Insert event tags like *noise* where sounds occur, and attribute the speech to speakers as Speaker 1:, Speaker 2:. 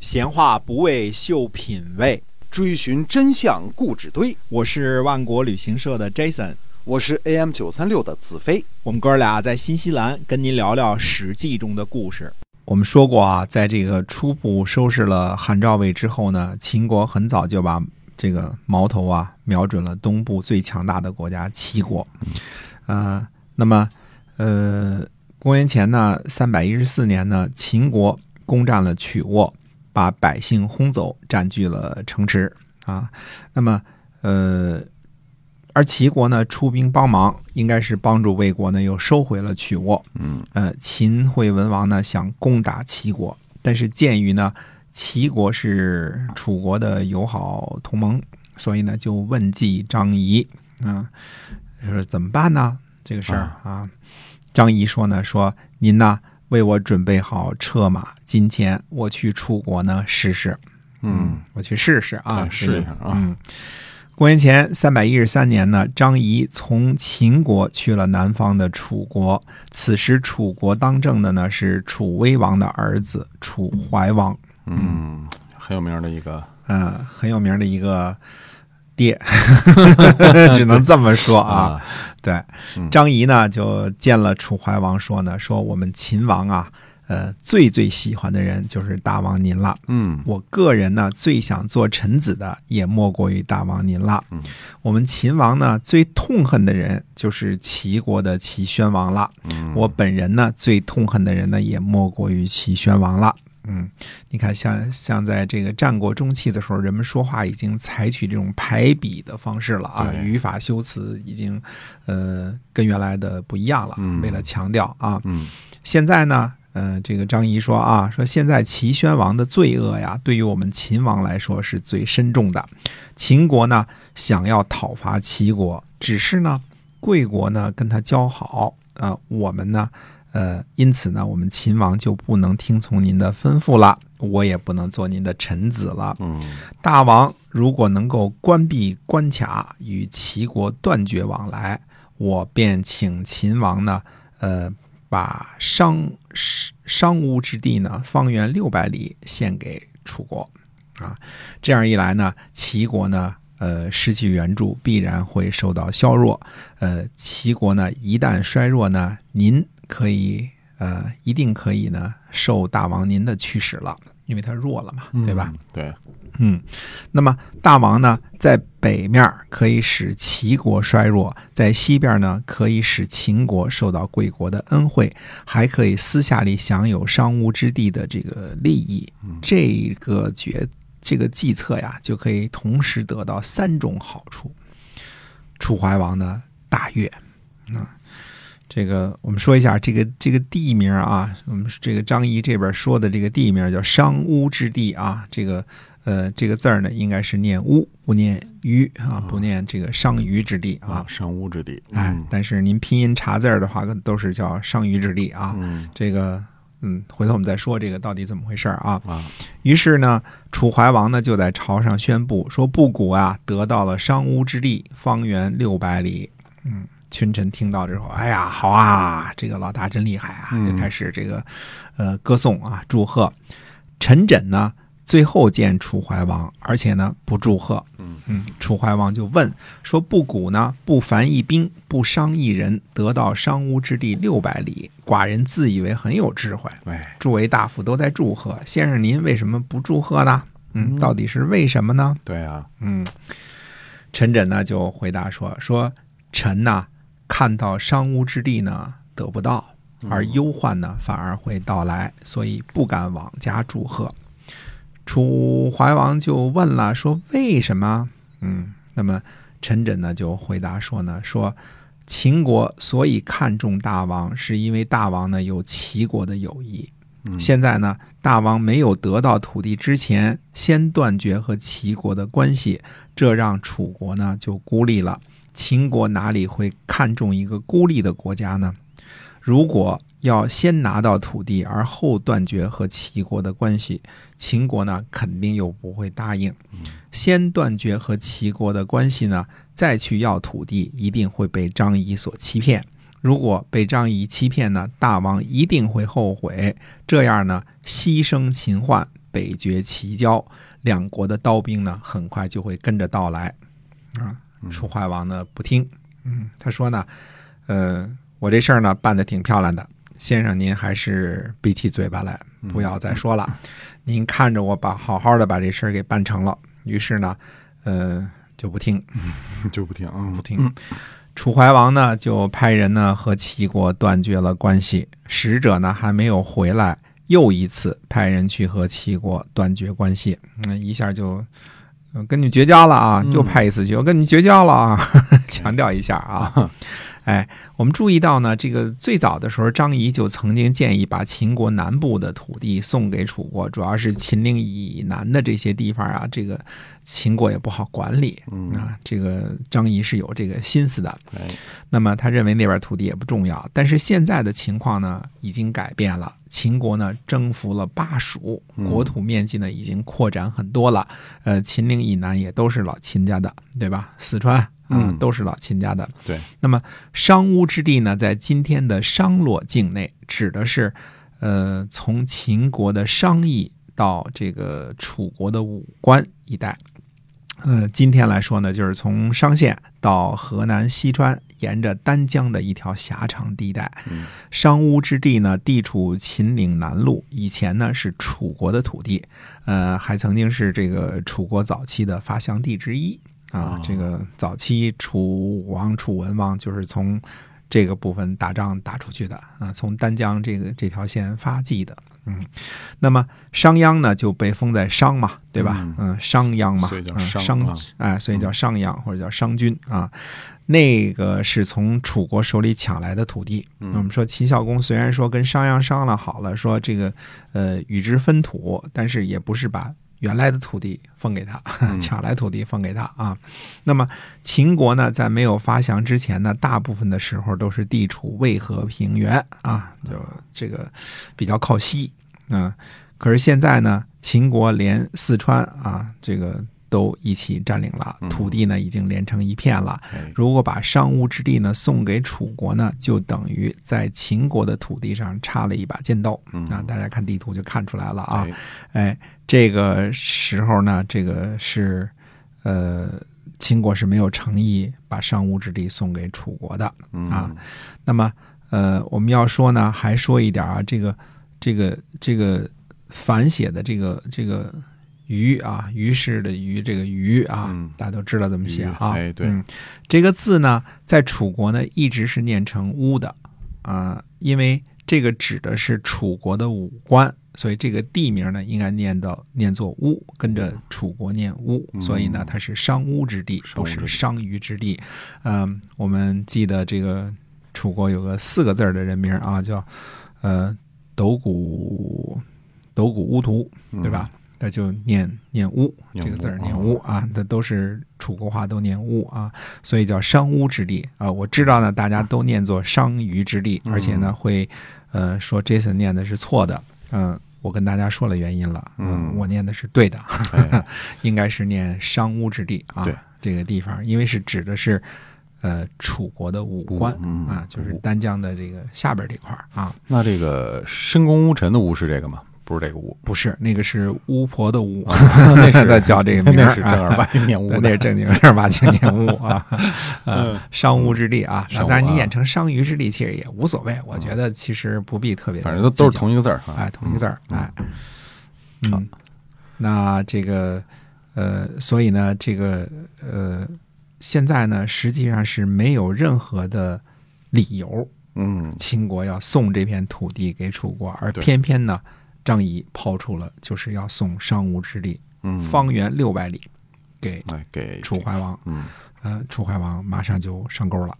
Speaker 1: 闲话不为秀品味，
Speaker 2: 追寻真相故纸堆。
Speaker 1: 我是万国旅行社的 Jason，
Speaker 2: 我是 AM 九三六的子飞。
Speaker 1: 我们哥俩在新西兰跟您聊聊《史记》中的故事。我们说过啊，在这个初步收拾了韩赵魏之后呢，秦国很早就把这个矛头啊瞄准了东部最强大的国家齐国。呃，那么呃，公元前呢三百一十四年呢，秦国攻占了曲沃。把百姓轰走，占据了城池啊。那么，呃，而齐国呢出兵帮忙，应该是帮助魏国呢又收回了曲沃。
Speaker 2: 嗯，
Speaker 1: 呃，秦惠文王呢想攻打齐国，但是鉴于呢齐国是楚国的友好同盟，所以呢就问计张仪啊，说怎么办呢？这个事儿啊，张仪说呢说您呐。为我准备好车马金钱，我去楚国呢试试。
Speaker 2: 嗯，
Speaker 1: 我去试试啊，
Speaker 2: 再
Speaker 1: 这个
Speaker 2: 试一下啊
Speaker 1: 嗯，公元前三百一十三年呢，张仪从秦国去了南方的楚国。此时楚国当政的呢是楚威王的儿子楚怀王，
Speaker 2: 嗯，很有名的一个
Speaker 1: 嗯、很有名的一个爹，
Speaker 2: *laughs*
Speaker 1: 只能这么说啊。，对
Speaker 2: 嗯，
Speaker 1: 张仪呢就见了楚怀王，说呢，说我们秦王啊，呃，最最喜欢的人就是大王您了。
Speaker 2: 嗯
Speaker 1: 我个人呢最想做臣子的也莫过于大王您了。
Speaker 2: 嗯
Speaker 1: 我们秦王呢最痛恨的人就是齐国的齐宣王了。
Speaker 2: 嗯，
Speaker 1: 我本人呢最痛恨的人呢也莫过于齐宣王了。嗯，你看，像像在这个战国中期的时候，人们说话已经采取这种排比的方式了啊，
Speaker 2: 对
Speaker 1: 语法修辞已经呃跟原来的不一样了。
Speaker 2: 嗯
Speaker 1: 为了强调啊，
Speaker 2: 嗯
Speaker 1: 现在呢，呃，这个张仪说啊，说现在齐宣王的罪恶呀，对于我们秦王来说是最深重的。秦国呢，想要讨伐齐国，只是呢，贵国呢跟他交好啊、呃我们呢，呃，因此呢，我们秦王就不能听从您的吩咐了，我也不能做您的臣子了。
Speaker 2: 嗯
Speaker 1: 大王如果能够关闭关卡，与齐国断绝往来，我便请秦王呢，呃，把商商乌之地呢，方圆六百里献给楚国啊。这样一来呢，齐国呢，呃，失去援助，必然会受到削弱。呃，齐国呢，一旦衰弱呢，您可以呃，一定可以呢，受大王您的驱使了，因为他弱了嘛，对吧？？
Speaker 2: 对，
Speaker 1: 嗯，那么大王呢，在北面儿可以使齐国衰弱，在西边儿呢可以使秦国受到贵国的恩惠，还可以私下里享有商务之地的这个利益。这个决这个计策呀，就可以同时得到三种好处。楚怀王呢大悦，啊，这个我们说一下这个这个地名啊，我们这个张仪这边说的这个地名叫商乌之地啊，这个呃这个字儿呢应该是念乌，不念鱼啊，不念这个商于之地啊
Speaker 2: 啊，，上屋之地，嗯
Speaker 1: 哎，但是您拼音查字儿的话，都是叫商于之地啊，
Speaker 2: 嗯
Speaker 1: 这个嗯，回头我们再说这个到底怎么回事儿啊。
Speaker 2: 啊，
Speaker 1: 于是呢，楚怀王呢就在朝上宣布说，布谷啊得到了商乌之地，方圆六百里。嗯，群臣听到之后，哎呀，好啊，这个老大真厉害啊，
Speaker 2: 嗯
Speaker 1: 就开始这个呃歌颂啊，祝贺。陈轸呢最后见楚怀王，而且呢不祝贺。
Speaker 2: 嗯
Speaker 1: 楚怀王就问说：“布谷呢不凡一兵，不伤一人，得到商乌之地六百里，寡人自以为很有智慧。”
Speaker 2: 对，
Speaker 1: 诸位大夫都在祝贺，先生您为什么不祝贺呢？嗯，
Speaker 2: 嗯
Speaker 1: 到底是为什么呢？
Speaker 2: 对啊，
Speaker 1: 嗯，陈轸呢就回答说：“说臣呐、看到商乌之地呢得不到，而忧患呢反而会到来，所以不敢往家祝贺。”楚怀王就问了，说：“为什么？”嗯，那么陈轸呢就回答说呢：“说秦国所以看重大王，是因为大王呢有齐国的友谊。”现在呢，大王没有得到土地之前，先断绝和齐国的关系，这让楚国呢就孤立了。秦国哪里会看重一个孤立的国家呢？如果要先拿到土地，而后断绝和齐国的关系，秦国呢肯定又不会答应。先断绝和齐国的关系呢，再去要土地，一定会被张仪所欺骗。如果被张仪欺骗呢，大王一定会后悔。这样呢，牺牲秦桧，北绝齐交，两国的刀兵呢很快就会跟着到来。啊，楚怀王呢不听，嗯，他说呢，呃，我这事儿呢办得挺漂亮的，先生您还是闭起嘴巴来，
Speaker 2: 嗯
Speaker 1: 不要再说了。您看着我把好好的把这事儿给办成了。于是呢，呃，就不听，
Speaker 2: 就不听啊，
Speaker 1: 不听。楚怀王呢就派人呢和齐国断绝了关系，使者呢还没有回来，又一次派人去和齐国断绝关系，嗯，一下就。呃跟你绝交了啊！
Speaker 2: 嗯
Speaker 1: 又派一次去，我跟你绝交了啊！强调一下啊，哎，我们注意到呢，这个最早的时候，张仪就曾经建议把秦国南部的土地送给楚国，主要是秦岭以南的这些地方啊，这个秦国也不好管理
Speaker 2: 嗯，
Speaker 1: 啊。这个张仪是有这个心思的，
Speaker 2: 哎，
Speaker 1: 那么他认为那边土地也不重要。但是现在的情况呢，已经改变了。秦国呢征服了巴蜀，
Speaker 2: 嗯
Speaker 1: 国土面积呢已经扩展很多了。呃，秦岭以南也都是老秦家的，对吧？四川啊、
Speaker 2: 嗯
Speaker 1: 都是老秦家的。
Speaker 2: 对，
Speaker 1: 那么商乌之地呢，在今天的商洛境内，指的是呃从秦国的商邑到这个楚国的武关一带。呃，今天来说呢，就是从商县到河南西川，沿着丹江的一条狭长地带。
Speaker 2: 嗯
Speaker 1: 商乌之地呢，地处秦岭南麓，以前呢是楚国的土地，呃，还曾经是这个楚国早期的发祥地之一啊。
Speaker 2: 哦
Speaker 1: 这个早期楚武王、楚文王就是从这个部分打仗打出去的啊，从丹江这个这条线发迹的。嗯，那么商鞅呢就被封在商嘛，对吧
Speaker 2: 嗯？
Speaker 1: 嗯，商鞅嘛，
Speaker 2: 所以叫
Speaker 1: 嗯
Speaker 2: 商
Speaker 1: 商
Speaker 2: 啊
Speaker 1: 哎，所以叫商鞅或者叫商君啊。那个是从楚国手里抢来的土地。
Speaker 2: 嗯
Speaker 1: 那我们说秦孝公虽然说跟商鞅商量好了，说这个呃与之分土，但是也不是把原来的土地分给他，*laughs*
Speaker 2: 嗯
Speaker 1: 抢来土地分给他啊。那么秦国呢，在没有发祥之前呢，大部分的时候都是地处渭河平原啊，就这个比较靠西。嗯、可是现在呢，秦国连四川啊，这个都一起占领了，
Speaker 2: 嗯
Speaker 1: 土地呢已经连成一片了。
Speaker 2: 哎
Speaker 1: 如果把商务之地呢送给楚国呢，就等于在秦国的土地上插了一把剑刀。
Speaker 2: 嗯
Speaker 1: 那大家看地图就看出来了啊。
Speaker 2: 哎
Speaker 1: 哎，这个时候呢，这个是呃，秦国是没有诚意把商务之地送给楚国的。
Speaker 2: 嗯
Speaker 1: 啊那么，呃，我们要说呢，还说一点啊，这个这个这个反写的这个这个鱼啊，于是的鱼，这个鱼啊，
Speaker 2: 嗯
Speaker 1: 大家都知道怎么写啊。
Speaker 2: 鱼哎对
Speaker 1: 嗯，这个字呢，在楚国呢一直是念成乌的啊、因为这个指的是楚国的武官。所以这个地名呢，应该念到念作乌，跟着楚国念乌，
Speaker 2: 嗯
Speaker 1: 所以呢，它是商乌之地，
Speaker 2: 商
Speaker 1: 不
Speaker 2: 乌之
Speaker 1: 是
Speaker 2: 地
Speaker 1: 商于之地。嗯，我们记得这个楚国有个四个字儿的人名啊，叫呃斗谷斗谷乌图，
Speaker 2: 嗯
Speaker 1: 对吧？那就念念乌
Speaker 2: 念
Speaker 1: 这个字儿
Speaker 2: 乌
Speaker 1: 念
Speaker 2: 啊
Speaker 1: 乌啊，那都是楚国话都念乌啊，所以叫商乌之地啊。我知道呢，大家都念作商于之地，而且
Speaker 2: 嗯
Speaker 1: 呢会呃说 Jason 念的是错的，嗯、我跟大家说了原因了，
Speaker 2: 嗯
Speaker 1: 我念的是对的，
Speaker 2: 哎 *laughs*
Speaker 1: 应该是念商乌之地啊
Speaker 2: 对，
Speaker 1: 这个地方，因为是指的是呃楚国的武关
Speaker 2: 嗯
Speaker 1: 啊，就是丹江的这个下边这块儿啊，
Speaker 2: 那这个深宫污尘的污是这个吗？不是这个污，
Speaker 1: 不是那个是巫婆的
Speaker 2: *laughs*
Speaker 1: 巫， *laughs* 那是在叫这个名儿啊，
Speaker 2: 那是正 *laughs* 儿八经念污
Speaker 1: *laughs* 对那
Speaker 2: 的
Speaker 1: 是正经
Speaker 2: *laughs*
Speaker 1: 正儿八经念巫啊，
Speaker 2: 嗯
Speaker 1: 啊，商巫之地啊，
Speaker 2: 商
Speaker 1: 那
Speaker 2: 巫
Speaker 1: 当然
Speaker 2: 啊
Speaker 1: 你演成商于之地其实也无所谓，我觉得其实不必特别，
Speaker 2: 反正都都是同一个字儿哈。
Speaker 1: 哎，同一个字儿，
Speaker 2: 嗯
Speaker 1: 哎，
Speaker 2: 好
Speaker 1: 嗯，那这个呃，所以呢，这个呃，现在呢，实际上是没有任何的理由，
Speaker 2: 嗯，
Speaker 1: 秦国要送这片土地给楚国，而
Speaker 2: 对
Speaker 1: 偏偏呢，张仪抛出了就是要送商吴之地，
Speaker 2: 嗯，
Speaker 1: 方圆六百里给
Speaker 2: 哎给
Speaker 1: 楚怀王，
Speaker 2: 嗯
Speaker 1: 呃，楚怀王马上就上钩了，